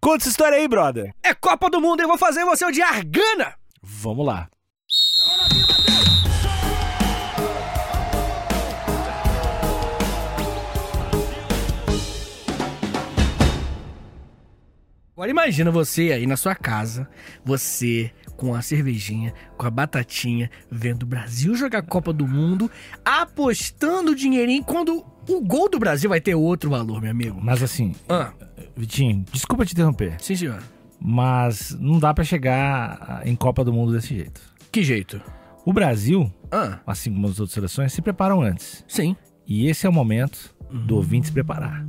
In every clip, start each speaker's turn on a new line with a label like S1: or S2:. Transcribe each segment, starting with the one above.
S1: Conta essa história aí, brother.
S2: É Copa do Mundo, eu vou fazer você odiar Gana!
S1: Vamos lá.
S2: Agora imagina você aí na sua casa, você com a cervejinha, com a batatinha, vendo o Brasil jogar a Copa do Mundo, apostando dinheirinho quando o gol do Brasil vai ter outro valor, meu amigo.
S3: Mas assim,
S2: Ah,
S3: Vitinho, desculpa te interromper,
S2: sim senhor.
S3: mas não dá pra chegar em Copa do Mundo desse jeito.
S2: Que jeito?
S3: O Brasil,
S2: Ah,
S3: assim como as outras seleções, se preparam antes.
S2: sim.
S3: E esse é o momento do ouvinte se preparar.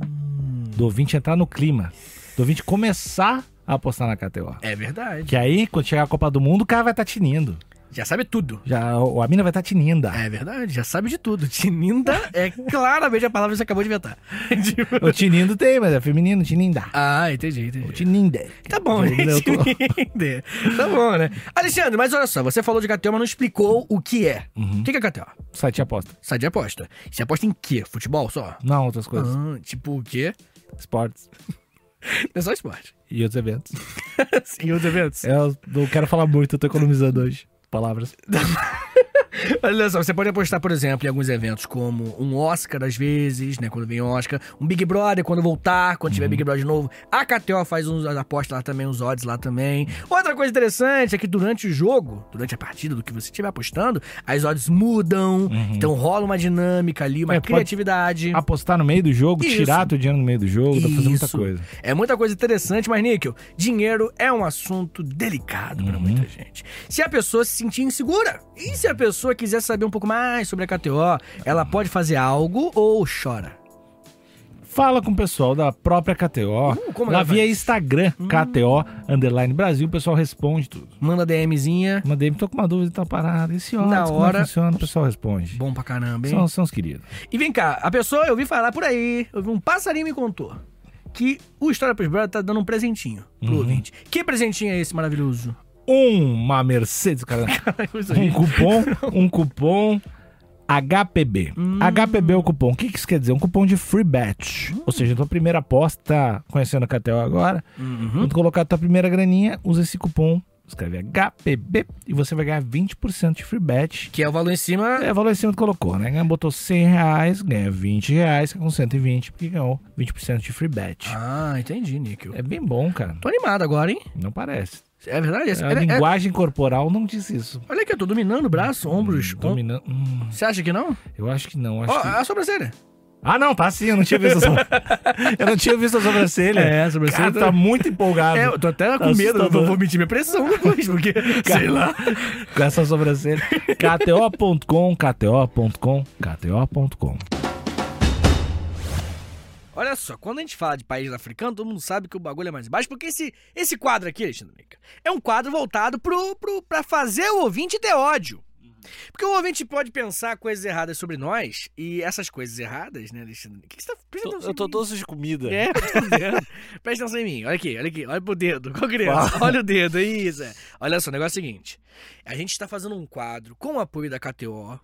S3: Do ouvinte entrar no clima. Do ouvinte começar a apostar na KTO.
S2: É verdade.
S3: Que aí, quando chegar a Copa do Mundo, o cara vai estar tinindo.
S2: Já sabe tudo.
S3: Já, o- a mina vai estar tininda.
S2: É verdade, já sabe de tudo. Tininda é claramente a palavra que você acabou de inventar. Tipo-
S3: O tinindo tem, mas é feminino, tininda.
S2: Ah, entendi, entendi.
S3: O tininda.
S2: Tá bom, né?
S3: Eu tô-
S2: Entender. Tá bom, né? Alexandre, mas olha só, você falou de KTO, mas não explicou o que é. O que que é KTO?
S3: Site de aposta.
S2: Site de aposta. Você aposta em quê? Futebol só?
S3: Não, outras coisas.
S2: Ah, tipo o quê?
S3: Esportes
S2: É só esporte.
S3: e outros eventos.
S2: Sim, os eventos.
S3: Eu não quero falar muito, eu tô economizando hoje. Palavras.
S2: Olha só, você pode apostar, por exemplo, em alguns eventos como um Oscar, às vezes, né? Quando vem Oscar, um Big Brother, quando voltar, quando
S3: Uhum.
S2: tiver Big Brother de novo. A KTO faz uns apostas lá também, uns odds lá também. Outra coisa interessante é que durante o jogo, durante a partida do que você estiver apostando, as odds mudam, então rola uma dinâmica ali, uma
S3: Uhum. É, pode-
S2: criatividade.
S3: Apostar no meio do jogo,
S2: Isso.
S3: tirar teu dinheiro no meio do jogo, dá pra fazer muita
S2: Isso.
S3: coisa.
S2: É muita coisa interessante, mas, Níquel, dinheiro é um assunto delicado
S3: Uhum.
S2: pra muita gente. Se a pessoa se sentir insegura e se a pessoa quiser saber um pouco mais sobre a KTO, ela pode fazer algo ou chora?
S3: Fala com o pessoal da própria KTO.
S2: Uh, como
S3: lá
S2: ela
S3: via
S2: faz?
S3: Instagram,
S2: Hum.
S3: KTO, underline Brasil, o pessoal responde tudo.
S2: Manda DMzinha,
S3: Mandei, tô com uma dúvida, tá parada. E se
S2: Na
S3: olha, como é que
S2: hora-
S3: funciona, o pessoal responde.
S2: bom pra caramba, hein?
S3: São, são os queridos.
S2: E vem cá, a pessoa, eu ouvi falar por aí, eu vi um passarinho me contou que o História pros Brothers tá dando um presentinho pro
S3: Uhum.
S2: ouvinte. Que presentinho é esse maravilhoso?
S3: Uma Mercedes, cara. Um cupom, um cupom HPB.
S2: Hum.
S3: HPB é o cupom. O que que isso quer dizer? Um cupom de free bet. Ou seja, tua primeira aposta, conhecendo a KTO agora,
S2: Hum? Uhum.
S3: quando colocar tua primeira graninha, usa esse cupom, escreve HPB e você vai ganhar 20% de free bet.
S2: Que é o valor em cima
S3: É, valor em cima que colocou, né? Botou 100 reais, ganha 20 reais, fica com 120, porque ganhou 20% de free bet.
S2: Ah, entendi, Níquel.
S3: É bem bom, cara.
S2: Tô animado agora, hein?
S3: Não parece.
S2: É verdade?
S3: A
S2: É- é-
S3: linguagem corporal não diz isso.
S2: Olha aqui, eu tô dominando o braço, ombros. om-
S3: Dominando. Hum,
S2: Você acha que não?
S3: eu acho que não. Acho
S2: Ó, é
S3: que...
S2: a sobrancelha.
S3: Ah, não, tá sim, eu não tinha visto a sobrancelha. eu não tinha visto a sobrancelha.
S2: É, a sobrancelha
S3: Cara,
S2: tá-
S3: tá muito empolgado.
S2: É, eu tô até com medo, eu
S3: Assustador.
S2: vou medir minha pressão depois, porque, sei lá.
S3: Com essa sobrancelha. KTO.com, KTO.com, KTO.com.
S2: Olha só, quando a gente fala de país africano, todo mundo sabe que o bagulho é mais baixo, porque esse, esse quadro aqui, Alexandre Mica, é um quadro voltado pro, pro, pra fazer o ouvinte ter ódio. Porque o ouvinte pode pensar coisas erradas sobre nós, e essas coisas erradas, né, Alexandre? O que, que você tá presta atenção
S1: eu tô
S2: em mim.
S1: doce de comida.
S2: É, tô vendo. Presta atenção em mim. Olha aqui, olha aqui. Olha pro dedo. Qual criança? Olha o dedo, é isso. é. Olha só, o negócio é o seguinte. A gente está fazendo um quadro com o apoio da KTO.
S1: Hum.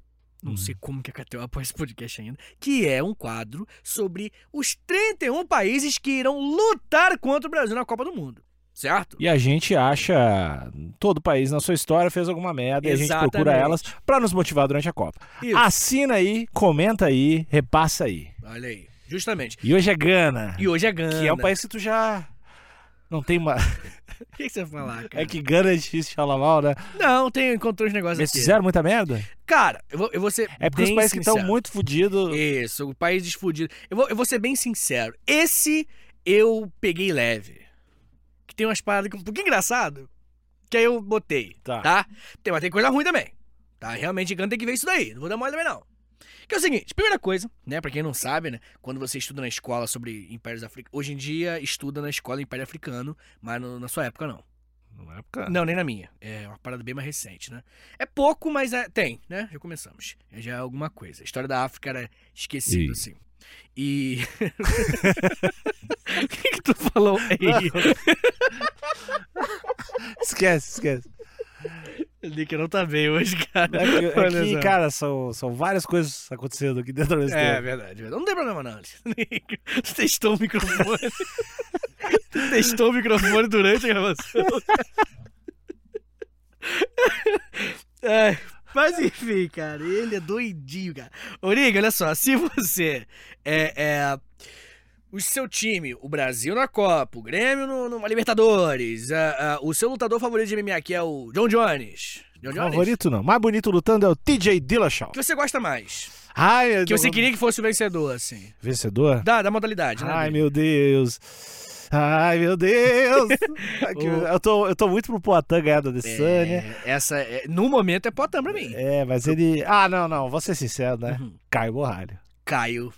S2: Não sei como que a KTO apoia esse podcast ainda. Que é um quadro sobre os 31 países que irão lutar contra o Brasil na Copa do Mundo. Certo?
S1: E a gente acha todo país na sua história fez alguma merda e a gente
S2: Exatamente.
S1: procura elas pra nos motivar durante a Copa.
S2: Isso.
S1: Assina aí, comenta aí, repassa aí.
S2: Olha aí. Justamente.
S1: E hoje é Gana,
S2: E hoje é Gana.
S1: que é um país que tu já não tem uma...
S2: O que, que você vai falar, cara?
S1: É que Gana é difícil de falar mal, né?
S2: Não, tem, encontrei uns negócios
S1: Eles
S2: aqui.
S1: fizeram muita merda?
S2: Cara, eu vou, eu vou ser
S1: É porque os
S2: bem
S1: países que estão
S2: sincero.
S1: muito fodidos...
S2: Isso, o país desfudido. Eu vou, eu vou ser bem sincero. Esse eu peguei leve. Que tem umas paradas que é um pouquinho engraçado. Que aí eu botei,
S1: Tá.
S2: tá? Tem, mas tem coisa ruim também. Tá? Realmente, Gana tem que ver isso daí. Não vou dar mole também, não. Que é o seguinte, primeira coisa, né? Pra quem não sabe, né? Quando você estuda na escola sobre impérios africanos. Hoje em dia, estuda na escola Império Africano, mas no- na sua época, não.
S3: Não é porque...
S2: Não, nem na minha. É uma parada bem mais recente, né? É pouco, mas é- tem, né? Já começamos. É Já é alguma coisa. A história da África era esquecida,
S3: Ih.
S2: assim. E. O que, que tu falou
S1: Ah.
S2: aí?
S1: Esquece, esquece.
S2: O Nick não tá bem hoje, cara.
S1: É que, é
S2: Olha
S1: que,
S2: só.
S1: cara, são, são várias coisas acontecendo aqui dentro da
S2: É
S1: história.
S2: verdade, verdade. Não tem problema, não. Nick. Tu testou o microfone. testou o microfone durante a gravação. É, mas enfim, cara, ele é doidinho, cara. Origa, olha só, se você é, é, o seu time, o Brasil na Copa, o Grêmio no, numa Libertadores, a- a- o seu lutador favorito de MMA que é o John Jones. John Jones?
S3: Favorito não. Mais bonito lutando é o TJ Dillashaw.
S2: Que você gosta mais?
S3: Ai, eu
S2: Que você
S3: não-
S2: queria que fosse o vencedor, assim.
S3: Vencedor?
S2: Da, da modalidade, né?
S3: Ai,
S2: dele?
S3: meu Deus. Ai, meu Deus. Ai, que-
S2: O-
S3: eu, tô, eu tô muito pro Poitin ganhar da Adesanya.
S2: É, essa, é- no momento, é potão pra mim. Uhum.
S3: É, mas ele. Ah, não, não, vou ser sincero, né? Caio Borralho.
S2: Caio.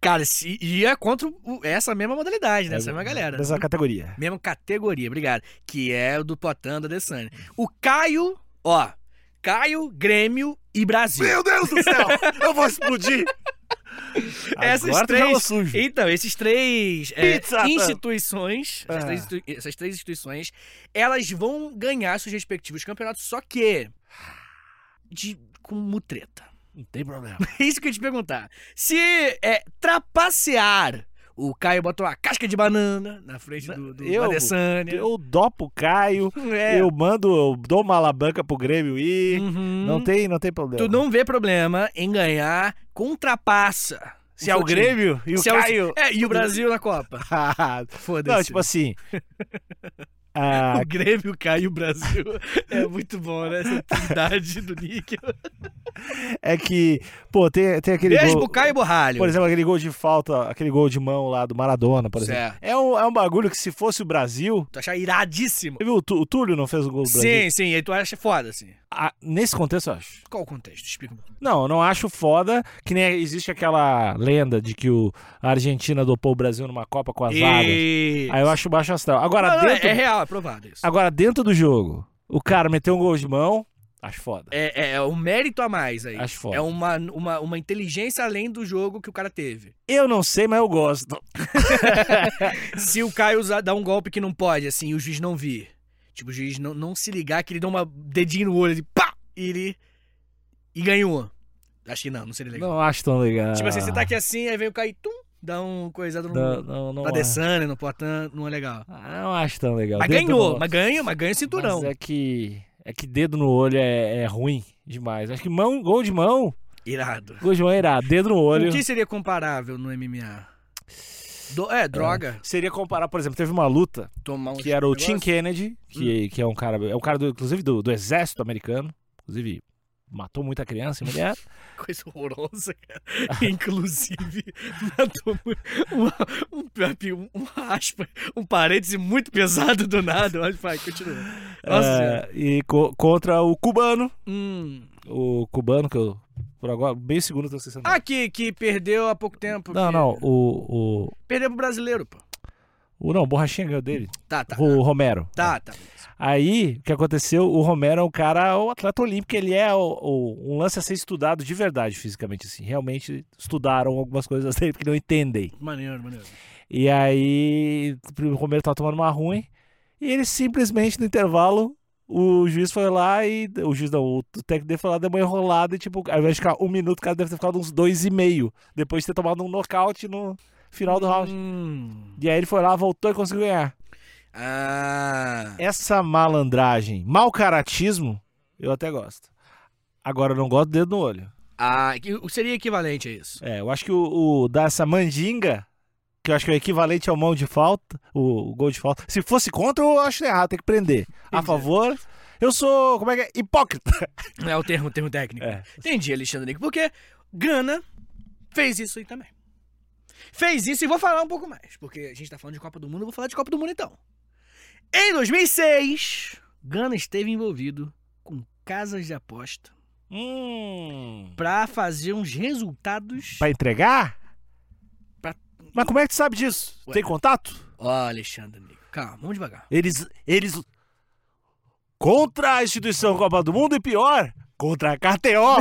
S2: Cara, se, e é contra o- essa mesma modalidade, né?
S3: É,
S2: Essa mesma galera.
S3: Dessa categoria.
S2: Mesma categoria, obrigado. Que é o do Potan da Adesanya. O Caio, ó. Caio, Grêmio e Brasil.
S3: Meu Deus do céu! eu vou explodir!
S2: Essas
S3: Agora tu já
S2: três-
S3: é sujo.
S2: Então, esses três é,
S3: Pizza, Tan.
S2: instituições, essas,
S3: Ah.
S2: três, institui- essas três instituições, elas vão ganhar seus respectivos campeonatos, só que de, com mutreta.
S3: Não tem problema.
S2: É Isso que eu ia te perguntar. Se é, trapacear, o Caio botou uma casca de banana na frente do, do
S3: Eu-
S2: Adesanya.
S3: Eu dopo o Caio,
S2: Né? É.
S3: eu mando, eu dou uma alavanca pro Grêmio ir.
S2: Uhum.
S3: Não, tem, não tem problema.
S2: Tu não vê problema em ganhar com trapaça.
S3: Se é o
S2: seu time.
S3: Grêmio e o
S2: Se é
S3: Caio.
S2: É, e o Brasil na Copa. Foda-se.
S3: não, tipo assim. ah,
S2: O Grêmio, o Caio e o Brasil. É muito bom, né? Essa atividade do Níquel.
S3: é que, pô, tem, tem aquele.
S2: Beijo
S3: gol-
S2: pro Caio Borralho.
S3: Por exemplo, aquele gol de falta, aquele gol de mão lá do Maradona, por exemplo.
S2: Certo.
S3: É um, é um bagulho que se fosse o Brasil.
S2: Tu acha iradíssimo.
S3: Você viu, o Tu- o Túlio não fez o gol do Brasil?
S2: Sim, sim. Aí tu acha foda, assim.
S3: Ah, nesse contexto, eu acho.
S2: Qual o contexto? Explica um
S3: Não, eu não acho foda que nem existe aquela lenda de que o, a Argentina dopou o Brasil numa Copa com as águas.
S2: E...
S3: Aí eu acho baixo astral. Agora,
S2: Não, não,
S3: dentro,
S2: É real, é provado isso.
S3: agora, dentro do jogo, o cara meteu um gol de mão, acho foda.
S2: É, é, é um mérito a mais aí.
S3: Acho foda.
S2: É uma, uma, uma inteligência além do jogo que o cara teve.
S3: Eu não sei, mas eu gosto.
S2: Se o Caio usar, dar um golpe que não pode, assim, e o juiz não vir. Tipo, o juiz não, não se ligar que ele dá uma dedinho no olho, assim, pá! E ele. E ganhou. Acho que não, não seria legal.
S3: Não ah. acho tão legal.
S2: Tipo assim, você tá aqui assim, aí vem o Caio, tum, dá um coisado no.
S3: Não, não, não, é.
S2: na
S3: acho.
S2: Adesanya, no Poitin, não é legal.
S3: Ah, não acho tão legal.
S2: Mas
S3: Dentro
S2: ganhou,
S3: do-
S2: mas ganha, mas ganha o cinturão.
S3: Mas é que. É que dedo no olho é, é ruim demais. Acho que mão, gol de mão.
S2: Irado.
S3: Gol de mão é irado. Dedo no olho.
S2: O que seria comparável no MMA? Do- é, droga.
S3: Seria comparar, por exemplo, teve uma luta
S2: Tomar um
S3: que era o
S2: negócio. Hum.
S3: Tim Kennedy, que, que é um cara, é um cara do, inclusive do, do exército americano, inclusive matou muita criança e mulher.
S2: Coisa horrorosa, cara. Inclusive, matou mu- uma, um, um, uma aspa, um parêntese muito pesado do nada. Olha, vai, continua. Nossa Senhora.
S3: É, e co- contra o cubano,
S2: Hum.
S3: o cubano que eu por agora bem segundo eu tô esquecendo.
S2: Ah, que, que perdeu há pouco tempo.
S3: não,
S2: que-
S3: não, o, o,
S2: Perdeu pro brasileiro, pô.
S3: o não, o borrachinha ganhou dele,
S2: Tá, tá.
S3: o Romero.
S2: Tá, tá.
S3: Aí, o que aconteceu? O Romero é um cara, o atleta olímpico, ele é o- o- um lance a ser estudado de verdade fisicamente, assim. Realmente estudaram algumas coisas dele que não entendem.
S2: Maneiro, maneiro.
S3: E aí, tipo, o Romero tava tomando uma ruim. E ele simplesmente no intervalo, o juiz foi lá e. O juiz não, o técnico dele foi lá, deu uma enrolada e, tipo, ao invés de ficar um minuto, o cara deve ter ficado uns dois e meio. Depois de ter tomado um nocaute no final do round.
S2: Hum.
S3: E aí ele foi lá, voltou e conseguiu ganhar.
S2: Ah.
S3: Essa malandragem, mau caratismo, eu até gosto. Agora eu não gosto do dedo no olho.
S2: Ah, que- o- seria equivalente a isso.
S3: É, eu acho que o, o dessa mandinga, que eu acho que é o equivalente ao mão de falta, o, o gol de falta. Se fosse contra, eu acho errado, tem que prender. A favor, eu sou, como é que é? Hipócrita.
S2: É o termo, o termo técnico.
S3: É.
S2: Entendi, Alexandre Nico, porque Gana fez isso aí também. Fez isso e vou falar um pouco mais, porque a gente tá falando de Copa do Mundo, eu vou falar de Copa do Mundo então. Em 2006, Gana esteve envolvido com casas de aposta
S3: Hum.
S2: pra fazer uns resultados.
S3: Pra entregar?
S2: Pra-
S3: Mas como é que tu sabe disso?
S2: Ué.
S3: Tem contato?
S2: Ó, Alexandre Nico, calma, vamos devagar.
S3: Eles, eles... Contra a instituição Copa do Mundo e pior, contra a KTO.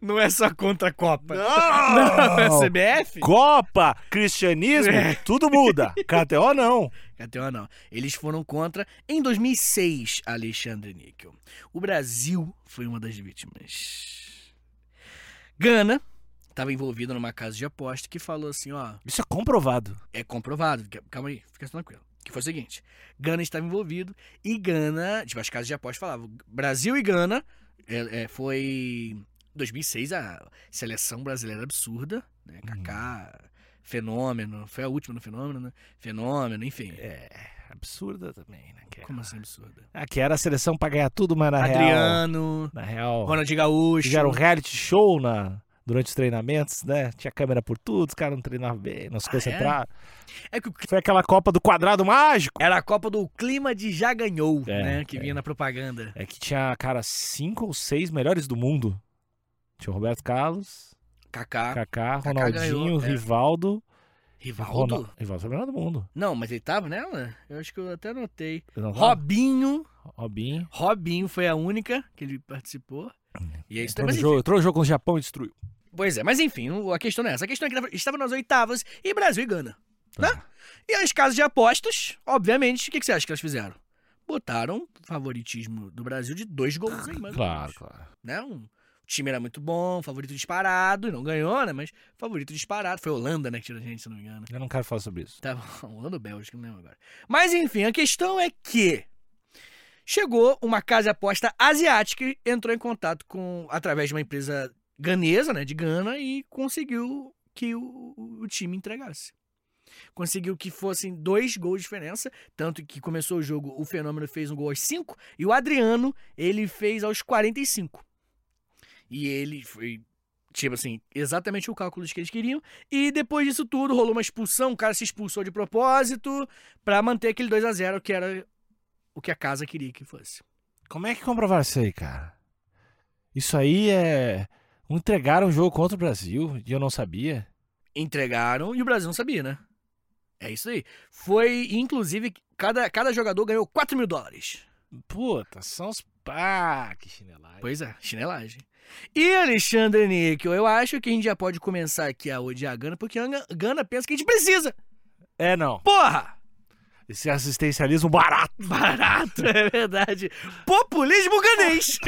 S2: Não é só contra a Copa. É
S3: Não!
S2: CBF?
S3: Copa, cristianismo,
S2: É.
S3: tudo muda. KTO não.
S2: KTO não. Eles foram contra em 2006, Alexandre Níquel. O Brasil foi uma das vítimas. Gana estava envolvido numa casa de aposta que falou assim, ó,
S3: Isso é comprovado.
S2: é comprovado, fica- calma aí, fica tranquilo. Que foi o seguinte, Gana estava envolvido e Gana, tipo, as casas de aposta falavam, Brasil e Gana, é, é, foi 2006 a seleção brasileira absurda, né, Kaká, fenômeno, foi a última no fenômeno, né, fenômeno, enfim,
S3: Absurda também, né? Que,
S2: como assim absurda?
S3: ah, que era a seleção pra ganhar tudo, mas na real.
S2: Adriano,
S3: Na real.
S2: Ronaldinho Gaúcho,
S3: Fizeram um reality show na, durante os treinamentos, né? Tinha câmera por tudo, os caras não treinavam bem, não se
S2: Ah,
S3: concentraram.
S2: é que o
S3: Foi aquela Copa do Quadrado Mágico.
S2: Era a Copa do Clima de Já Ganhou,
S3: É,
S2: né? Que vinha na propaganda.
S3: É que tinha, cara, cinco ou seis melhores do mundo. Tinha o Roberto Carlos,
S2: Kaká,
S3: Ah, Kaká,
S2: Kaká
S3: Ronaldinho,
S2: ganhou, é.
S3: Rivaldo.
S2: Rivaldo?
S3: Rona- Rivaldo foi o melhor do mundo.
S2: Não, mas ele tava nela? Eu acho que eu até anotei.
S3: Não,
S2: Robinho.
S3: Robinho.
S2: Robinho foi a única que ele participou. E é isso
S3: Entrou no,
S2: também. mas
S3: jogo, entrou no jogo com o Japão e destruiu.
S2: enfim, Pois é, mas enfim, o- a questão não é essa. A questão é que estava nas oitavas e Brasil e Gana. Né? E as casas de apostas, obviamente, o que, que você acha que elas fizeram? Botaram favoritismo do Brasil de dois gols aí, mano.
S3: Claro, claro.
S2: né? Um, o time era muito bom, favorito disparado, e não ganhou, né? Mas favorito disparado. Foi a Holanda, né, que tirou a gente, se não me engano.
S3: Eu não quero falar sobre isso.
S2: Tá bom, Holanda ou Bélgica, não lembro agora. Mas enfim, a questão é que chegou uma casa de aposta asiática, e entrou em contato com através de uma empresa ganesa, né, de Gana, e conseguiu que o, o time entregasse. Conseguiu que fossem dois gols de diferença, tanto que começou o jogo, o Fenômeno fez um gol aos 5 e o Adriano, ele fez aos 45. E ele foi, tipo assim, exatamente o cálculo que eles queriam. E depois disso tudo, rolou uma expulsão, o cara se expulsou de propósito pra manter aquele 2 a 0 que era o que a casa queria que fosse.
S3: Como é que comprovaram isso aí, cara? Isso aí é. Entregaram um jogo contra o Brasil e eu não sabia.
S2: Entregaram e o Brasil não sabia, né? É isso aí. Foi, inclusive, cada, cada jogador ganhou 4 mil dólares.
S3: Puta, são os pá, que chinelagem.
S2: Pois é, chinelagem. E Alexandre Níquel, eu acho que a gente já pode começar aqui a odiar a Gana, porque a Gana- Gana pensa que a gente precisa.
S3: É, não.
S2: Porra!
S3: Esse assistencialismo barato.
S2: Barato, é verdade. Populismo ganês.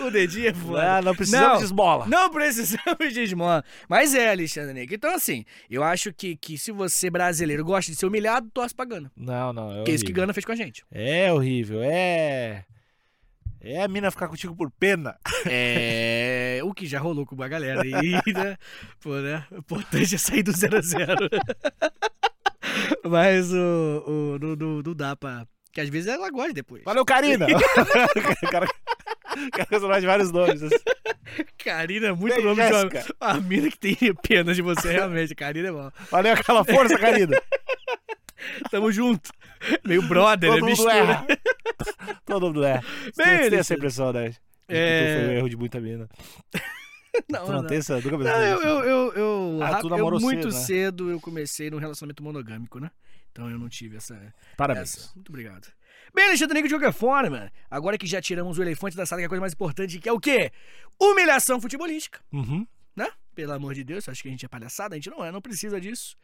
S2: o dedinho é foda.
S3: Ah, não precisamos
S2: Não.
S3: de esmola.
S2: Não precisamos de esmola. Mas é, Alexandre Nick. Então, assim, eu acho que, que se você, brasileiro, gosta de ser humilhado, torce pra Gana.
S3: Não, não. É
S2: Que é isso que
S3: horrível.
S2: Gana fez com a gente.
S3: É horrível. É. É a mina ficar contigo por pena.
S2: É. o que já rolou com a galera aí, né? Pô, né? O importante é sair do 0 a 0 Mas o, o, não, não, não dá pra. Que às vezes ela gosta depois.
S3: Valeu, Karina! o cara, o cara gosta mais de vários nomes. assim.
S2: Karina é muito
S3: Bem,
S2: nome de uma,
S3: Jéssica.
S2: uma mina que tem pena de você, realmente. Karina é bom.
S3: Valeu aquela força, Karina!
S2: Tamo junto. Meio brother,
S3: Todo
S2: é
S3: mundo
S2: mistura.
S3: erra. Todo mundo erra. Bem, tem
S2: Alexandre.
S3: essa impressão, né? De que
S2: É.
S3: Foi um erro de muita mina.
S2: Não,
S3: Tu não
S2: não.
S3: tem essa? Nunca
S2: Não,
S3: pensei
S2: eu,
S3: nisso.
S2: eu, eu, eu,
S3: Ah,
S2: rap-
S3: tu namorou
S2: eu muito
S3: cedo, né?
S2: cedo eu comecei num relacionamento monogâmico, né? Então eu não tive essa.
S3: Parabéns.
S2: essa. Muito obrigado. Bem, Alexandre Negro, de qualquer forma, agora que já tiramos o elefante da sala, que é a coisa mais importante, que é o quê? Humilhação futebolística,
S3: Uhum.
S2: né? Pelo amor de Deus, acho que a gente é palhaçada, a gente não é, não precisa disso.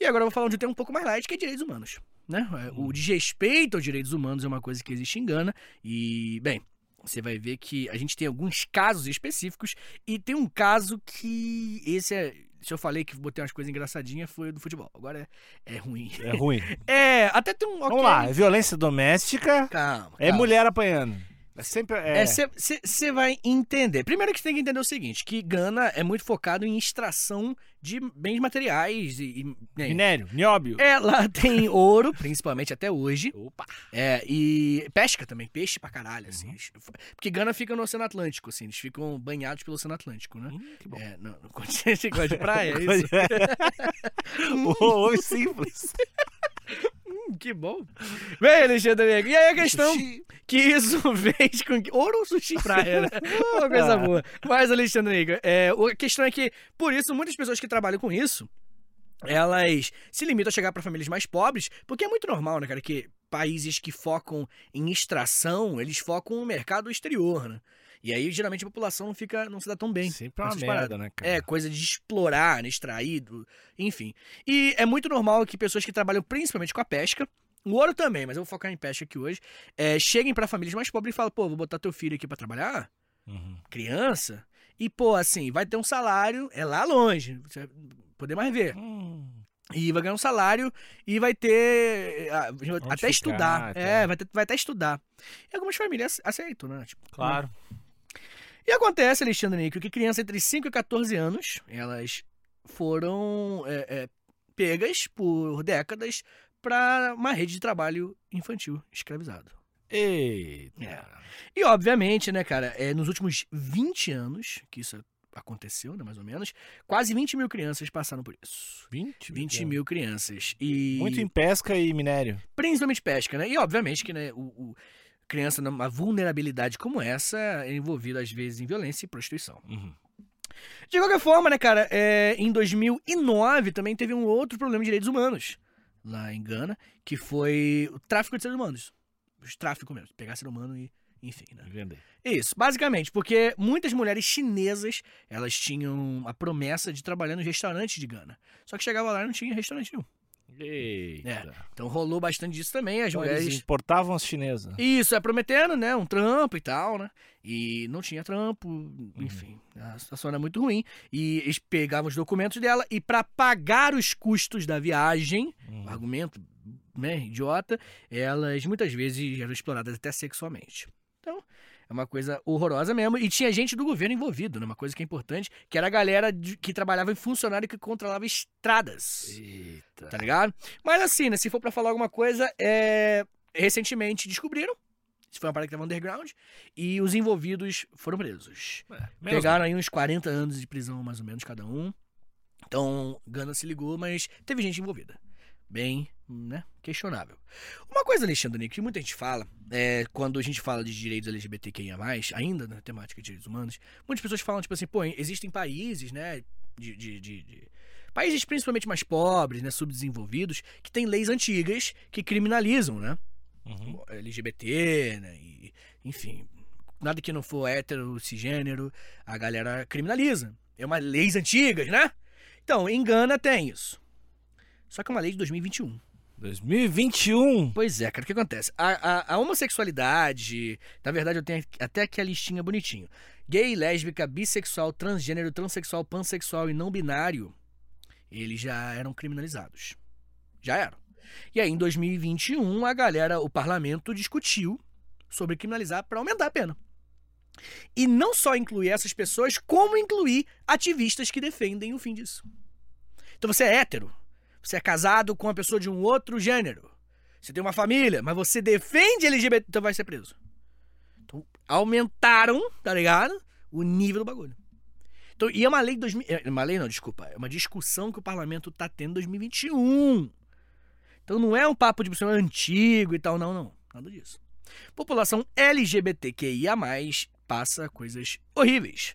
S2: E agora eu vou falar de um tema um pouco mais light, que é direitos humanos, né? É,
S3: Uhum.
S2: O desrespeito aos direitos humanos é uma coisa que existe em Gana e, bem, você vai ver que a gente tem alguns casos específicos e tem um caso que esse é. Se eu falei que botei umas coisas engraçadinhas, foi o do futebol. Agora é, é ruim.
S3: É ruim.
S2: É, até tem um. ok.
S3: Vamos lá, é violência doméstica.
S2: Calma.
S3: É
S2: calma.
S3: mulher apanhando. É sempre. É,
S2: É, você vai entender. Primeiro que você tem que entender o seguinte: que Gana é muito focado em extração de bens materiais e. e né?
S3: minério, nióbio.
S2: É, lá tem ouro, principalmente até hoje.
S3: Opa.
S2: É, e pesca também, peixe pra caralho,
S3: Uhum.
S2: assim. Porque Gana fica no Oceano Atlântico, assim, eles ficam banhados pelo Oceano Atlântico, né?
S3: Hum, que bom.
S2: É, não, no continente igual de praia, é isso?
S3: Ô, ô, simples.
S2: Hum, que bom. Bem, Alexandre Negro, e aí a questão que isso fez com que... Ouro, sushi, praia, né? Uma coisa boa. Mas, Alexandre Negro, é, o- a questão é que, por isso, muitas pessoas que trabalham com isso, elas se limitam a chegar pra famílias mais pobres, porque é muito normal, né, cara, que países que focam em extração, eles focam no mercado exterior, né? E aí, geralmente, a população não fica, não se dá tão bem.
S3: Sempre é uma
S2: Essas paradas.
S3: merda, né, cara?
S2: É, coisa de explorar, né? Extraído, enfim. E é muito normal que pessoas que trabalham principalmente com a pesca, o ouro também, mas eu vou focar em pesca aqui hoje, é, cheguem pra famílias mais pobres e falam, pô, vou botar teu filho aqui pra trabalhar,
S3: Uhum.
S2: criança, E, pô, assim, vai ter um salário, é lá longe, você vai poder mais ver.
S3: Hum,
S2: E vai ganhar um salário e vai ter. ah, até
S3: ficar,
S2: estudar.
S3: tá.
S2: É, vai, ter- vai até estudar. E algumas famílias aceitam, né? Tipo,
S3: Claro.
S2: e acontece, Alexandre Níquel, que crianças entre 5 e 14 anos, elas foram é, é, pegas por décadas para uma rede de trabalho infantil escravizado.
S3: é Eita.
S2: É. E, obviamente, né, cara, é, nos últimos 20 anos que isso aconteceu, né, mais ou menos, quase 20 mil crianças passaram por isso.
S3: 20,
S2: 20 mil crianças. E
S3: Muito em pesca e minério.
S2: principalmente pesca, né? E obviamente que né, o, o- criança numa vulnerabilidade como essa é envolvida às vezes em violência e prostituição.
S3: Uhum.
S2: De qualquer forma, né, cara, é, em 2009 também teve um outro problema de direitos humanos lá em Gana, que foi o tráfico de seres humanos. Os tráfico mesmo, pegar ser humano e enfim, né?
S3: Vender.
S2: Isso, basicamente, porque muitas mulheres chinesas, elas tinham a promessa de trabalhar nos restaurantes de Gana. Só que chegava lá e não tinha restaurante nenhum.
S3: Eita.
S2: Então rolou bastante disso também, as
S3: Então,
S2: mulheres
S3: eles importavam as chinesas.
S2: Isso, é prometendo, né? Um trampo e tal, né? E não tinha trampo, enfim. A situação era muito ruim. E eles pegavam os documentos dela e, pra pagar os custos da viagem,
S3: Uhum.
S2: argumento, né, idiota, elas muitas vezes eram exploradas até sexualmente. Então, é uma coisa horrorosa mesmo. E tinha gente do governo envolvido, né? Uma coisa que é importante, que era a galera de- que trabalhava em funcionário que controlava estradas
S3: Eita.
S2: tá ligado? Mas assim, né, se for pra falar alguma coisa, é... recentemente descobriram, isso foi uma parada que tava underground, e os envolvidos foram presos.
S3: é, Menos-
S2: Pegaram aí uns 40 anos de prisão, mais ou menos, cada um. Então, Gana se ligou, mas teve gente envolvida. Bem, né, questionável. Uma coisa, Alexandre, Nico, que muita gente fala, é, quando a gente fala de direitos LGBTQIA+, ainda na temática de direitos humanos, muitas pessoas falam, tipo assim, pô, existem países, né, de- de- de- de países principalmente mais pobres, né, subdesenvolvidos, que têm leis antigas que criminalizam, né,
S3: Uhum.
S2: LGBT, né, e, enfim, nada que não for hétero, cisgênero, a galera criminaliza. É uma leis antigas, né? Então, em Gana tem isso. Só que é uma lei de 2021.
S3: 2021.
S2: Pois é, cara, o que acontece? A, a- a homossexualidade, na verdade eu tenho até aqui a listinha bonitinho. Gay, lésbica, bissexual, transgênero, transexual, pansexual e não binário, eles já eram criminalizados. Já eram. E aí em 2021 a galera, o parlamento discutiu sobre criminalizar para aumentar a pena. E não só incluir essas pessoas, como incluir ativistas que defendem o fim disso. Então você é hétero, você é casado com uma pessoa de um outro gênero. Você tem uma família, mas você defende LGBT, então vai ser preso. Então, aumentaram, tá ligado? O nível do bagulho. Então, e é uma lei de 2000. é Uma lei não, desculpa. É uma discussão que o parlamento tá tendo em 2021. Então não é um papo de pessoa antigo e tal, não, não. Nada disso. População LGBTQIA passa coisas horríveis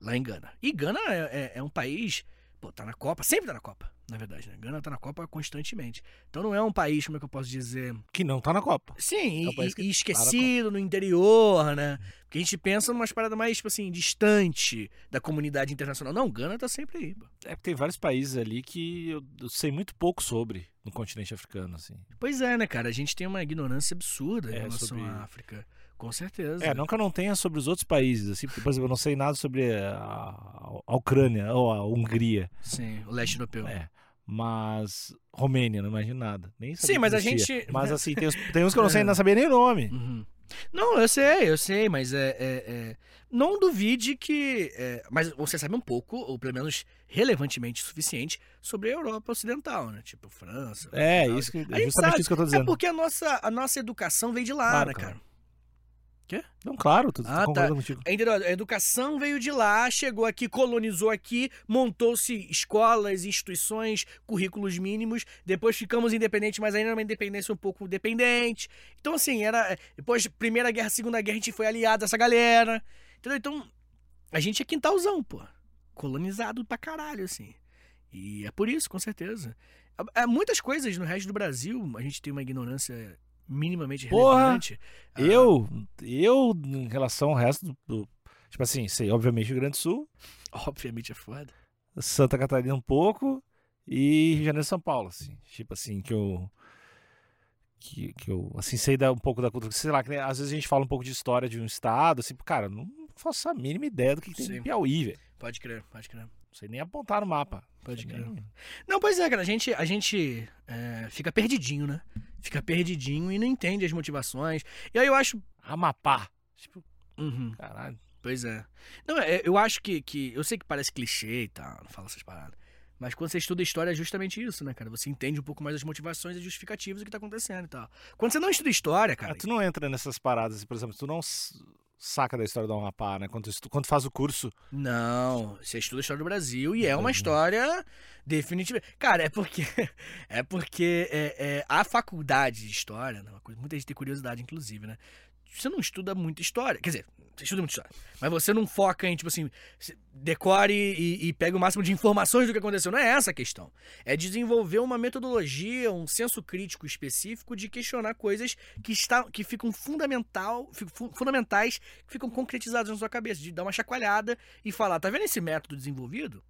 S2: lá em Gana. E Gana é, é- é um país. Pô, tá na Copa, sempre tá na Copa, na verdade, né? Gana tá na Copa constantemente. Então não é um país, como é que eu posso dizer?
S3: Que não tá na Copa.
S2: Sim,
S3: É um
S2: e-
S3: país
S2: e,
S3: que
S2: e esquecido no interior, né? Porque a gente pensa numas paradas mais, tipo assim, distante da comunidade internacional. Não, Gana tá sempre aí, pô.
S3: É porque tem vários países ali que eu, eu sei muito pouco sobre no continente africano, assim.
S2: Pois é, né, cara? A gente tem uma ignorância absurda em
S3: É,
S2: relação
S3: sobre-
S2: à África. Com certeza.
S3: É, não que eu não tenha sobre os outros países, assim, porque, por exemplo, eu não sei nada sobre a, a Ucrânia ou a Hungria,
S2: Sim, o leste europeu.
S3: É, mas Romênia, não imagino nada. Nem sabia
S2: Sim,
S3: que
S2: mas a
S3: existia.
S2: gente- né? É.
S3: Mas assim, tem, os- tem uns que eu não sei, não sabia nem o nome.
S2: Uhum. Não, eu sei, eu sei, mas é. é- é- Não duvide que. é, Mas você sabe um pouco, ou pelo menos relevantemente o suficiente, sobre a Europa Ocidental, né? Tipo, França.
S3: É,
S2: Portugal,
S3: isso que,
S2: A gente
S3: justamente
S2: sabe,
S3: isso que eu tô
S2: É
S3: dizendo.
S2: porque a nossa, a nossa educação veio de lá,
S3: Claro,
S2: né,
S3: claro.
S2: cara?
S3: Não, claro, tô, tô
S2: Ah, tá.
S3: concordando contigo.
S2: Entendeu? A educação veio de lá, chegou aqui, colonizou aqui, montou-se escolas, instituições, currículos mínimos. Depois ficamos independentes, mas ainda era uma independência um pouco dependente. Então, assim, era. Depois, Primeira Guerra, Segunda Guerra, a gente foi aliado a essa galera. Entendeu? Então, a gente é quintalzão, pô. Colonizado pra caralho, assim. E é por isso, com certeza. Há- há Muitas coisas no resto do Brasil, a gente tem uma ignorância minimamente
S3: Porra!
S2: relevante. Ah,
S3: Eu, eu, em relação ao resto do, do- Tipo assim, sei, obviamente, Rio Grande do Sul,
S2: Obviamente é foda.
S3: Santa Catarina um pouco e Rio de Janeiro e São Paulo, assim. Tipo assim, que eu. Que, que eu, assim, sei da, um pouco da cultura. Sei lá, que nem- às vezes a gente fala um pouco de história de um estado, assim, cara, não faço a mínima ideia do que, que tem
S2: Sim.
S3: no Piauí, velho.
S2: Pode crer, pode crer.
S3: Não sei nem apontar no mapa.
S2: Pode
S3: Sei
S2: crer.
S3: nem-
S2: Não, pois é, cara, a gente, a gente é, fica perdidinho, né? Fica perdidinho e não entende as motivações. E aí eu acho.
S3: Amapá. Tipo,
S2: Uhum,
S3: caralho.
S2: pois é. Não, é, eu acho que, que. Eu sei que parece clichê e tal, não fala essas paradas. Mas quando você estuda história é justamente isso, né, cara? Você entende um pouco mais as motivações e justificativas do que tá acontecendo e tal. Quando você não estuda história, cara.
S3: Ah, tu não entra nessas paradas, assim, por exemplo, tu não s- saca da história do Amapá, né? Quando tu, estu- quando tu faz o curso,
S2: Não, você estuda a história do Brasil e é uma história definitiva. Cara, é porque é porque é, é, a faculdade de história, né, uma coisa, muita gente tem curiosidade, inclusive, né? Você não estuda muita história. Quer dizer, você estuda muita história. Mas você não foca em, tipo assim, se- decore e, e pega o máximo de informações do que aconteceu. Não é essa a questão. É desenvolver uma metodologia, um senso crítico específico de questionar coisas que, está, que ficam fundamental, fi- fu- fundamentais, que ficam concretizadas na sua cabeça, de dar uma chacoalhada e falar, tá vendo esse método desenvolvido?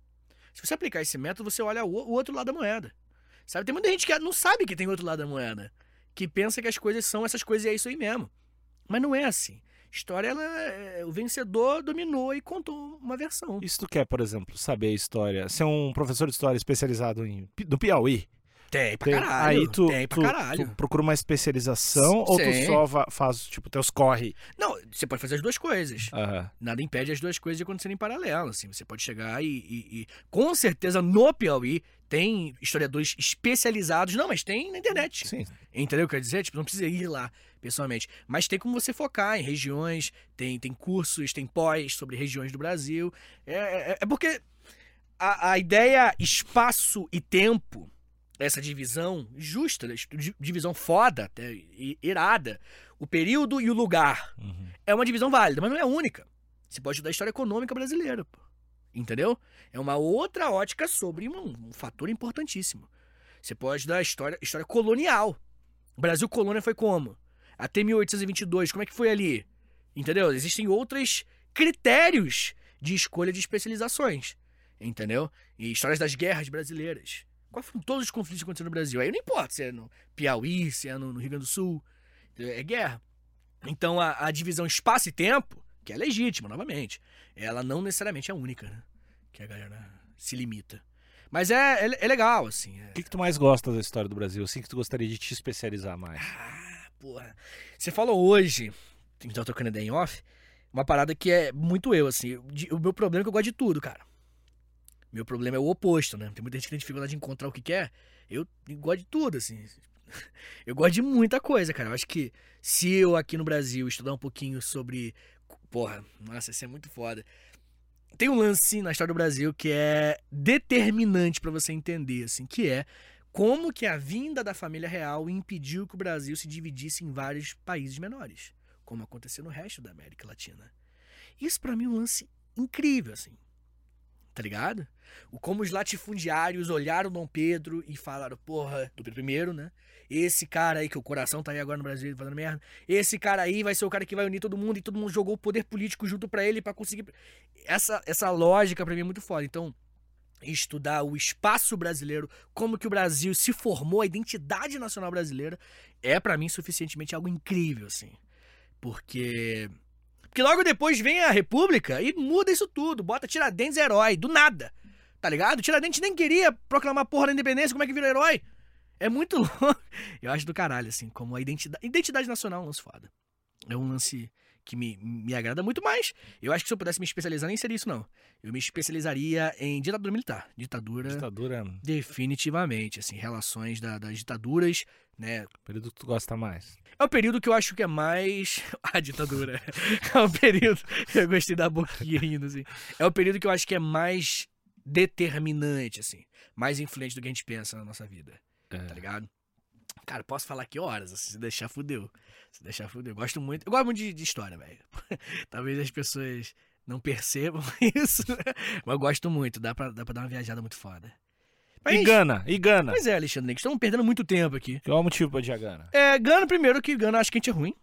S2: Se você aplicar esse método, você olha o, o outro lado da moeda. Sabe? Tem muita gente que não sabe que tem outro lado da moeda. Que pensa que as coisas são essas coisas e é isso aí mesmo. Mas não é assim. História, ela, é- o vencedor dominou e contou uma versão.
S3: e se tu quer, por exemplo, saber a história, ser um professor de história especializado em, Pi- do Piauí,
S2: Tem pra
S3: tem-
S2: caralho.
S3: aí tu,
S2: tem pra
S3: tu-
S2: caralho.
S3: tu procura uma especialização ou tu
S2: Sim.
S3: só va- faz, tipo, teus corre?
S2: Não, você pode fazer as duas coisas.
S3: Aham.
S2: Nada impede as duas coisas de acontecerem em paralelo, assim. Você pode chegar e, e- e- com certeza no Piauí tem historiadores especializados, não, mas tem na internet.
S3: Sim.
S2: Entendeu o que eu quero dizer? Tipo, não precisa ir lá pessoalmente, mas tem como você focar em regiões, tem tem cursos, tem pós sobre regiões do Brasil. É, é- é porque a, a ideia espaço e tempo essa divisão justa, né? Di- divisão foda, até, e- irada, o período e o lugar
S3: Uhum.
S2: é uma divisão válida, mas não é a única. Você pode estudar a história econômica brasileira, pô. Entendeu? É uma outra ótica sobre um, um fator importantíssimo. Você pode estudar a história, história colonial. O Brasil colônia foi como? Até 1822, como é que foi ali? Entendeu? Existem outros critérios de escolha de especializações. Entendeu? E histórias das guerras brasileiras. Quais foram todos os conflitos que aconteceram no Brasil? Aí não importa se é no Piauí, se é no, no Rio Grande do Sul. É guerra. Então a, a divisão espaço e tempo, que é legítima, novamente, ela não necessariamente é única, né? Que a galera se limita. Mas é, é, é legal, assim. é-
S3: O que, que tu mais gosta da história do Brasil? Assim que tu gostaria de te especializar mais?
S2: Ah, porra. Você falou hoje, então trocando ideia em off, uma parada que é muito eu, assim. de- O meu problema é que eu gosto de tudo, cara. Meu problema é o oposto, né? Tem muita gente que tem dificuldade de encontrar o que quer. Eu gosto de tudo, assim. Eu gosto de muita coisa, cara. Eu acho que se eu aqui no Brasil estudar um pouquinho sobre. Porra, nossa, isso é muito foda. Tem um lance na história do Brasil que é determinante pra você entender, assim, que é como que a vinda da família real impediu que o Brasil se dividisse em vários países menores, como aconteceu no resto da América Latina. Isso pra mim é um lance incrível, assim. Tá ligado? O como os latifundiários olharam Dom Pedro e falaram, porra, do Pedro I, né? Esse cara aí, que o coração tá aí agora no Brasil fazendo merda. Esse cara aí vai ser o cara que vai unir todo mundo e todo mundo jogou o poder político junto pra ele pra conseguir. Essa, essa lógica pra mim é muito foda. Então, estudar o espaço brasileiro como que o Brasil se formou, a identidade nacional brasileira, é pra mim suficientemente algo incrível, assim. Porque. Porque logo depois vem a República e muda isso tudo, bota Tiradentes herói, do nada. Tá ligado? Tiradentes nem queria proclamar porra da independência, como é que virou herói? É muito louco. Eu acho do caralho, assim, como a identidade. Identidade nacional é um lance foda. É um lance que me, me agrada muito mais. Eu acho que se eu pudesse me especializar, nem seria isso, não. Eu me especializaria em ditadura militar. Ditadura.
S3: Ditadura, é um
S2: Definitivamente, assim, relações da- das ditaduras, né?
S3: período que tu gosta mais.
S2: É o período que eu acho que é mais. A ditadura. É o período. Eu gostei da boquinha ainda, assim. É o período que eu acho que é mais determinante, assim. Mais influente do que a gente pensa na nossa vida.
S3: É.
S2: Tá ligado? Cara, posso falar aqui horas, assim, se deixar fudeu. Se deixar fudeu. Eu Gosto muito. Eu gosto muito de, de história, velho. Talvez as pessoas não percebam isso, né? mas eu gosto muito. Dá pra, dá pra dar uma viajada muito foda. Mas,
S3: E Gana, e Gana.
S2: Pois é, Alexandre, estamos perdendo muito tempo aqui.
S3: Qual é o motivo pra odiar Gana?
S2: É, Gana primeiro, que Gana acho que a gente é ruim.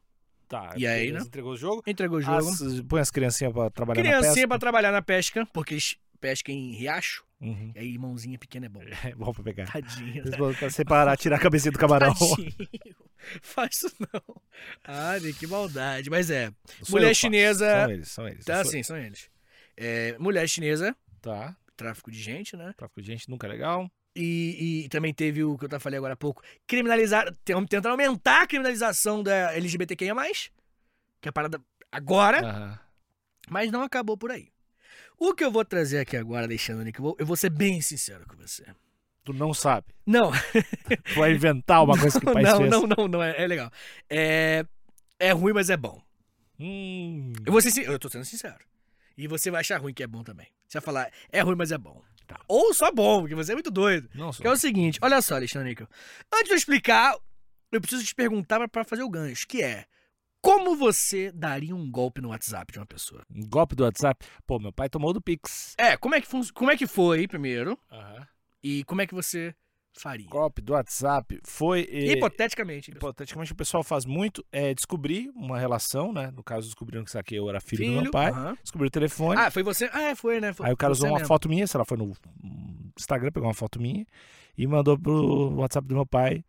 S3: Tá,
S2: E aí,
S3: beleza,
S2: né?
S3: entregou o jogo.
S2: Entregou o jogo.
S3: As, põe as criancinhas pra trabalhar na
S2: Criancinha
S3: pesca.
S2: pra trabalhar na pesca, porque eles pescam em riacho.
S3: Uhum.
S2: E aí, mãozinha pequena é bom.
S3: É bom pra pegar.
S2: Tadinha.
S3: Eles vão separar, tirar a cabecinha do camarão.
S2: Tadinho. Faz isso não. Ah, Nick, que maldade. Mas é.
S3: Sou
S2: mulher
S3: eu que faço.
S2: chinesa.
S3: São eles, são eles.
S2: Tá,
S3: Sou-
S2: sim, são eles. É, mulher chinesa,
S3: Tá.
S2: tráfico de gente, né?
S3: Tráfico de gente nunca é legal.
S2: E, e também teve o que eu falei agora há pouco. Criminalizar. tem- Tentar aumentar a criminalização da LGBTQIA, que é a parada agora,
S3: Aham.
S2: mas não acabou por aí. O que eu vou trazer aqui agora, Alexandre, Nick, eu vou, eu vou ser bem sincero com você.
S3: Tu não sabe.
S2: Não,
S3: Tu vai inventar uma coisa que o pai
S2: não,
S3: fez.
S2: não, não, não, é, é legal. É, é ruim, mas é bom.
S3: Hum.
S2: Eu vou ser sin- eu tô sendo sincero. E você vai achar ruim que é bom também. Você vai falar, é ruim, mas é bom. Ou só bom, porque você é muito doido.
S3: Não, Tá. sou.
S2: Que é o seguinte, olha só, Alexandre Níquel. Antes de eu explicar, eu preciso te perguntar pra- pra fazer o gancho, que é como você daria um golpe no WhatsApp de uma pessoa?
S3: Um golpe do WhatsApp. Pô, meu pai tomou do Pix.
S2: É, como é que, fun- como é que foi primeiro
S3: Aham.
S2: e como é que você faria?
S3: Golpe do WhatsApp foi. eh,
S2: Hipoteticamente. pessoal.
S3: Hipoteticamente, o pessoal faz muito é descobrir uma relação, né? No caso, descobriram que saquei eu era filho, do meu pai.
S2: aham.
S3: Descobriu o telefone.
S2: Ah, foi você? Ah, é, foi, né? Foi-
S3: aí o cara
S2: você
S3: usou uma
S2: mesmo.
S3: foto minha, sei lá, foi no Instagram, pegou uma foto minha e mandou pro WhatsApp do meu pai.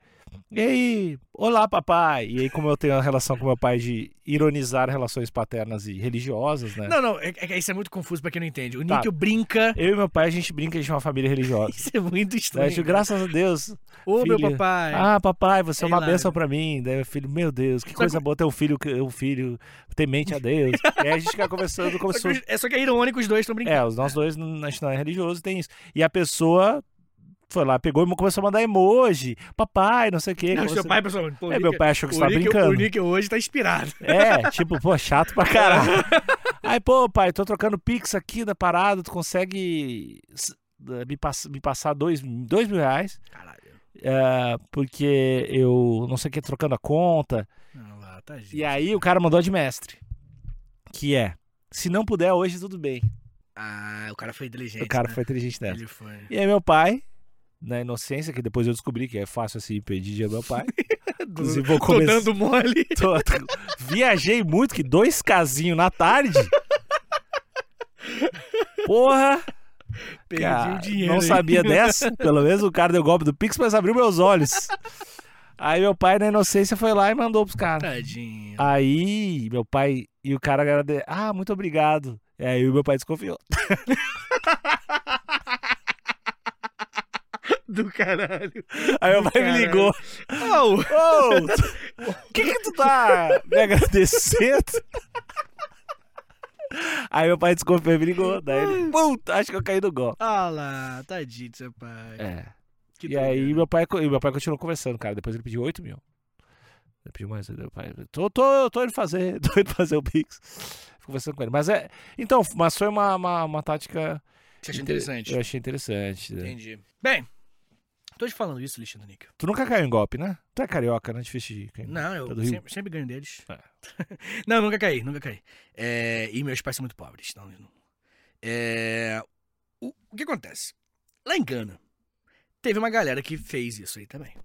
S3: E aí, olá, papai! E aí, como eu tenho a relação com meu pai de ironizar relações paternas e religiosas, né?
S2: Não, não, é, é, isso é muito confuso pra quem não entende. O
S3: Tá.
S2: Níquel brinca.
S3: Eu e meu pai, a gente brinca, a gente é uma família religiosa.
S2: Isso é muito
S3: Daí eu
S2: estranho.
S3: digo, graças a Deus.
S2: Ô, meu
S3: filho.
S2: papai.
S3: Ah, papai, você é,
S2: É
S3: uma
S2: hilário.
S3: bênção pra mim. Daí meu filho, meu Deus, que
S2: Só
S3: coisa boa ter um filho, que- um filho temente a Deus. e aí a gente fica conversando como se
S2: só
S3: fosse.
S2: que, é só que é irônico, os dois estão brincando.
S3: É, os nossos dois, n- a gente não é religioso, tem isso. E a pessoa foi lá, pegou e começou a mandar emoji. Papai, não sei o quê.
S2: Não,
S3: que
S2: seu
S3: você-
S2: pai, pessoal. pô, o
S3: É,
S2: Níquel-
S3: meu pai achou que você
S2: o
S3: tava
S2: Níquel-
S3: brincando.
S2: O Níquel hoje tá inspirado.
S3: É, tipo, pô, chato pra caralho. Aí, pô, pai, tô trocando pix aqui da parada, tu consegue s- eh, me, pass- me passar dois, dois mil reais?
S2: Caralho.
S3: É, porque eu não sei o que, trocando a conta.
S2: Não, lá, tá gente.
S3: E aí o cara mandou de mestre. Que é, se não puder hoje, tudo bem.
S2: Ah, o cara foi inteligente.
S3: o cara
S2: né?
S3: foi inteligente nessa.
S2: Ele foi.
S3: E aí meu pai, na inocência, que depois eu descobri que é fácil assim pedir dinheiro do meu pai. Inclusive, vou
S2: Tô
S3: começar.
S2: dando mole.
S3: Tô- tô- viajei muito, que dois casinhos na tarde. Porra!
S2: Perdi
S3: cara,
S2: o dinheiro.
S3: não
S2: aí.
S3: sabia dessa. Pelo menos o cara deu golpe do Pix, mas abriu meus olhos. Aí meu pai, na inocência, foi lá e mandou pros caras.
S2: Tadinho.
S3: Ah. Aí, meu pai e o cara agradeceu. Ah, muito obrigado. E aí o meu pai desconfiou.
S2: Do caralho. Ah,
S3: Aí meu pai me
S2: Caralho.
S3: ligou.
S2: Au.
S3: Ô, tu- que que tu tá me agradecendo? Aí meu pai desconfiou e me ligou. Daí ele, puta, acho que eu caí no golpe.
S2: Ah lá, tadinho do seu pai.
S3: É.
S2: Que
S3: e
S2: doido.
S3: aí meu pai, co- e meu pai continuou conversando, cara. Depois ele pediu 8 mil. Ele pediu mais, meu pai. Tô, tô, tô indo fazer, tô indo fazer o Pix. Fico Conversando com ele. Mas é. Então, mas foi uma, uma, uma tática.
S2: Você achou
S3: inter-
S2: interessante?
S3: Eu achei interessante. né?
S2: Entendi. Bem, tô te falando isso, Alexandre Níquel.
S3: Tu nunca caiu em golpe, né? Tu é carioca, né? Difícil de cair. em golpe.
S2: Não, eu
S3: Tá do Rio?
S2: sempre, sempre ganho deles.
S3: É.
S2: não, nunca caí, nunca caí. É, e meus pais são muito pobres. Não, não. É, o, o que acontece? Lá em Gana, teve uma galera que fez isso aí também.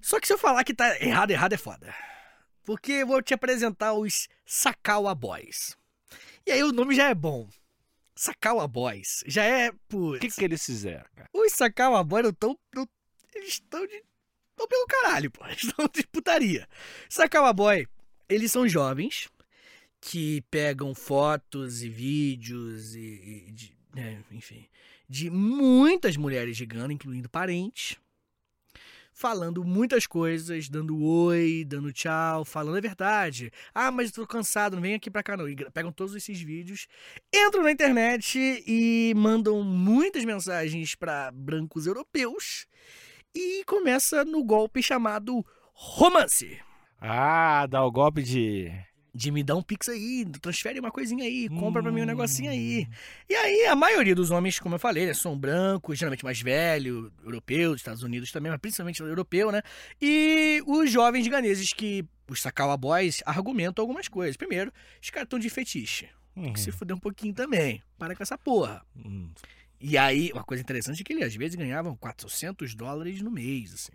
S2: Só que se eu falar que tá errado, errado é foda. Porque eu vou te apresentar os Sakawa Boys. E aí o nome já é bom. Sakawa Boys. Já é por.
S3: O que, que eles fizeram, cara?
S2: Os Sakawaboys não tão. não- eles estão de. estão pelo caralho, pô. Eles estão de putaria. Sakawaboy, eles são jovens que pegam fotos e vídeos e. e de- né, enfim. De muitas mulheres de Gana, incluindo parentes. Falando muitas coisas, dando oi, dando tchau, falando a verdade. Ah, mas eu tô cansado, não vem aqui pra cá não. E gra- pegam todos esses vídeos entram na internet e mandam muitas mensagens para brancos europeus e começa no golpe chamado romance.
S3: Ah, dá o golpe de.
S2: De me dá um pix aí, transfere uma coisinha aí, compra pra mim um
S3: Hum.
S2: negocinho aí. E aí, a maioria dos homens, como eu falei, né, são brancos, geralmente mais velho, europeu, dos Estados Unidos também, mas principalmente europeu, né? E os jovens ganeses que os Sakawa Boys argumentam algumas coisas. Primeiro, os caras estão de fetiche.
S3: Hum,
S2: Que se fuder um pouquinho também. Para com essa porra.
S3: hum.
S2: E aí, uma coisa interessante é que ele às vezes ganhavam 400 dólares no mês, assim.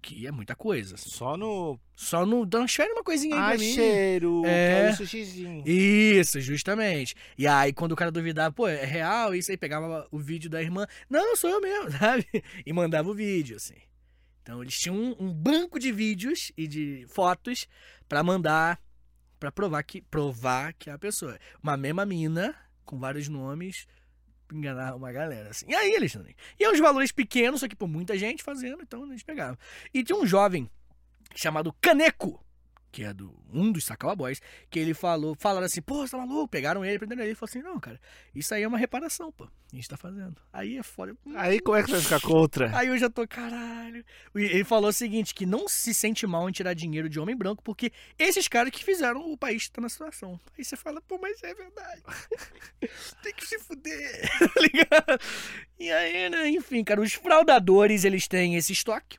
S2: Que é muita coisa. assim.
S3: Só no.
S2: Só não transfere uma coisinha aí pra mim.
S3: cheiro.
S2: É.
S3: quero um sushizinho.
S2: Isso, justamente. E aí, quando o cara duvidava, pô, é real isso aí, pegava o vídeo da irmã. Não, sou eu mesmo, sabe? E mandava o vídeo, assim. Então eles tinham um, um banco de vídeos e de fotos pra mandar pra provar que provar que é a pessoa. Uma mesma mina com vários nomes pra enganar uma galera assim. E aí, Alexandre? E é uns valores pequenos, só que por muita gente fazendo, então eles pegavam. E tinha um jovem chamado Caneco, que é do um dos Sacala Boys, que ele falou, falaram assim: "Pô, você tá maluco?" Pegaram ele, prenderam ele, ele falou assim: "Não, cara, isso aí é uma reparação, pô. A gente tá fazendo". Aí é foda.
S3: Aí como é que você vai ficar contra?
S2: Aí eu já tô, caralho. E Ele falou o seguinte: que não se sente mal em tirar dinheiro de homem branco, porque esses caras que fizeram o país estar na situação. Aí você fala, pô, mas é verdade. Tem que se fuder, tá ligado? E aí, né, enfim, cara, os fraudadores, eles têm esse estoque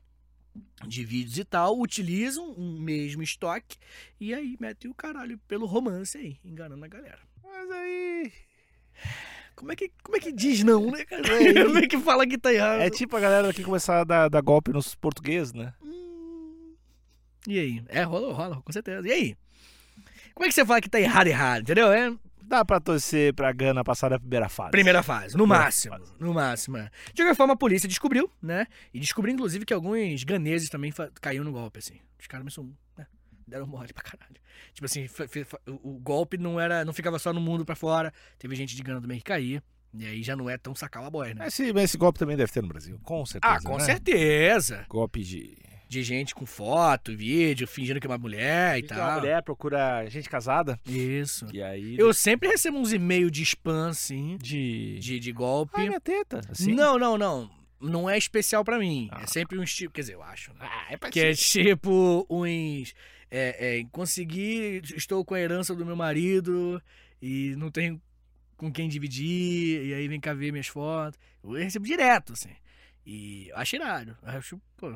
S2: de vídeos e tal, utilizam o mesmo estoque e aí metem o caralho pelo romance aí, enganando a galera.
S3: Mas aí.
S2: Como é que, como é que diz não, né, cara? Como é que fala que tá errado?
S3: É tipo a galera que começar a dar, dar golpe nos portugueses, né?
S2: Hum. E aí? É, rola, rola, com certeza. E aí? Como é que você fala que tá errado, errado, entendeu? É
S3: Dá pra torcer pra Gana passar da primeira fase.
S2: primeira fase, no
S3: Primeira
S2: máximo, no máximo. é. De qualquer forma, a polícia descobriu, né? E descobriu, inclusive, que alguns ganeses também fa- caíram no golpe, assim. Os caras me sum... né? deram mole pra caralho. Tipo assim, fa- fe- fa- o o golpe não era, não ficava só no mundo pra fora. Teve gente de Gana também que caía. E aí já não é tão sacar a boia, né?
S3: Esse, esse golpe também deve ter no Brasil, com certeza.
S2: Ah, com
S3: né?
S2: certeza.
S3: Golpe de.
S2: De gente com foto, vídeo, fingindo que é uma mulher e
S3: Tem
S2: tal.
S3: Uma mulher procura gente casada.
S2: Isso.
S3: E aí.
S2: Eu sempre recebo uns e-mails de spam, assim,
S3: De.
S2: de, de golpe.
S3: Ai, minha teta. Assim.
S2: Não, não, não. Não é especial pra mim. É
S3: Ah.
S2: sempre uns tipo. Quer dizer, eu acho, né?
S3: Ah, é pra
S2: Que é tipo uns. É, é, consegui. Estou com a herança do meu marido e não tenho com quem dividir. E aí vem cá ver minhas fotos. Eu recebo direto, assim. E eu acho irado. Eu acho, pô,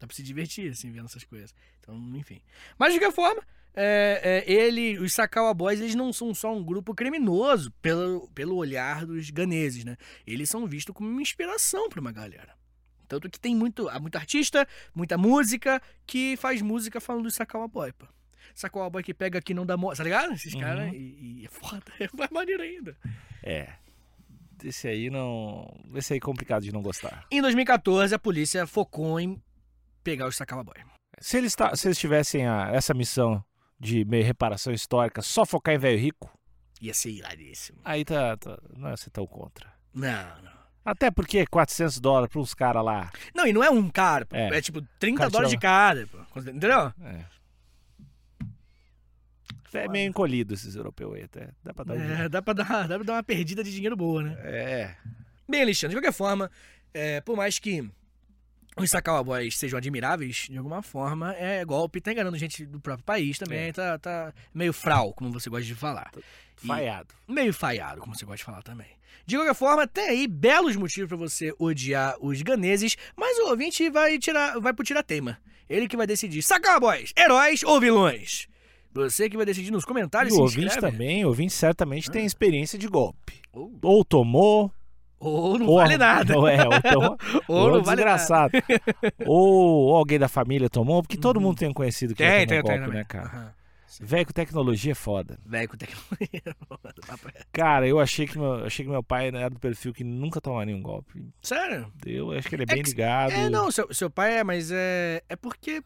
S2: dá pra se divertir, assim, vendo essas coisas. Então, enfim. Mas de qualquer forma, é, é, ele, os Sakawa Boys, eles não são só um grupo criminoso pelo, pelo olhar dos ganeses, né? Eles são vistos como uma inspiração pra uma galera. Tanto que tem muito, há muito artista, muita música que faz música falando do Sakawa Boy, pô. Sakawa Boy que pega aqui não dá mo... tá ligado? Esses
S3: Uhum.
S2: caras, e, e é foda, é mais maneiro ainda.
S3: É. Esse aí não. Esse aí é complicado de não gostar.
S2: Em 2014, a polícia focou em pegar os Sakawa Boy.
S3: Se eles, ta- se eles tivessem a- essa missão de meio reparação histórica, só focar em velho rico,
S2: Ia ser hilaríssimo.
S3: aí tá, tá- não ia ser tão contra.
S2: Não, não.
S3: Até porque 400 dólares pra uns caras lá.
S2: Não, e não é um cara, pô. É,
S3: É.
S2: tipo 30
S3: Cara
S2: dólares de cada, pô. Entendeu?
S3: É meio encolhido esses europeus aí, até. Dá pra dar um
S2: É, dá pra dar, dá pra dar uma perdida de dinheiro boa, né?
S3: É.
S2: Bem, Alexandre, de qualquer forma, é, por mais que os Sakawa Boys sejam admiráveis, de alguma forma, é golpe, tá enganando gente do próprio país também,
S3: É.
S2: tá, tá meio frau, como você gosta de falar. E-
S3: Falhado.
S2: meio falhado, como você gosta de falar também. De qualquer forma, tem aí belos motivos pra você odiar os ganeses, mas o ouvinte vai tirar, vai pro tiratema. Ele que vai decidir, sacar boys, heróis ou vilões. Você que vai decidir nos
S3: E
S2: comentários,
S3: o
S2: se
S3: ouvinte
S2: inscreve. Ah.
S3: também, o ouvinte certamente tem experiência de golpe.
S2: Ou,
S3: Ou tomou,
S2: ou não
S3: ou
S2: vale
S3: arrum-
S2: nada.
S3: Ou, é, ou tomou,
S2: Ou,
S3: ou é
S2: não
S3: um
S2: vale nada.
S3: desgraçado. ou, ou alguém da família tomou, porque todo
S2: Uhum.
S3: mundo tem um conhecido que
S2: Tem,
S3: já
S2: tem,
S3: tomou
S2: tem.
S3: golpe,
S2: também.
S3: né, cara?
S2: Aham.
S3: Velho, com tecnologia é foda.
S2: Velho com tecnologia. papo reto.
S3: Cara, eu achei que meu, achei que meu pai era do perfil que nunca tomaria um golpe.
S2: Sério?
S3: Eu acho que ele é bem
S2: que-
S3: ligado.
S2: É, não, seu, seu pai é, mas é. É porque.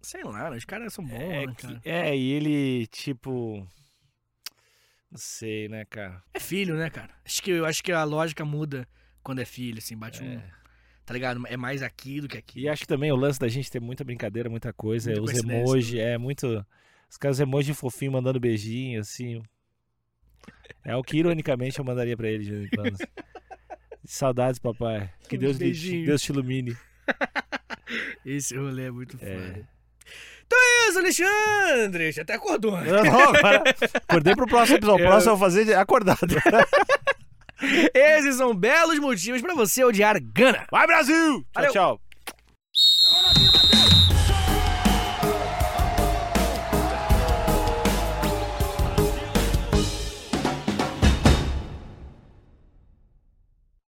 S2: Sei lá, os caras são bons,
S3: É,
S2: né,
S3: que-
S2: cara?
S3: é, e ele, tipo. Não sei, né, cara?
S2: É filho, né, cara? Acho que, eu acho que a lógica muda quando é filho, assim, bate um. Tá ligado? É mais aqui do que aqui.
S3: E acho que também o lance da gente ter muita brincadeira, muita coisa,
S2: Muita
S3: os
S2: coincidência,
S3: emoji, é muito. Os caras emoji fofinho mandando beijinho, assim. É o que ironicamente eu mandaria pra ele de vez em quando. assim. Saudades, papai. Que
S2: Uns
S3: Deus, lhe-
S2: beijinhos.
S3: Deus te ilumine.
S2: Esse rolê é muito foda.
S3: É.
S2: É isso, Alexandre! Você até acordou, né?
S3: Não, não, agora. Acordei pro próximo episódio. O próximo eu vou fazer de- acordado.
S2: Esses são belos motivos pra você odiar Gana.
S3: Vai, Brasil! Tchau,
S2: Valeu.
S3: tchau.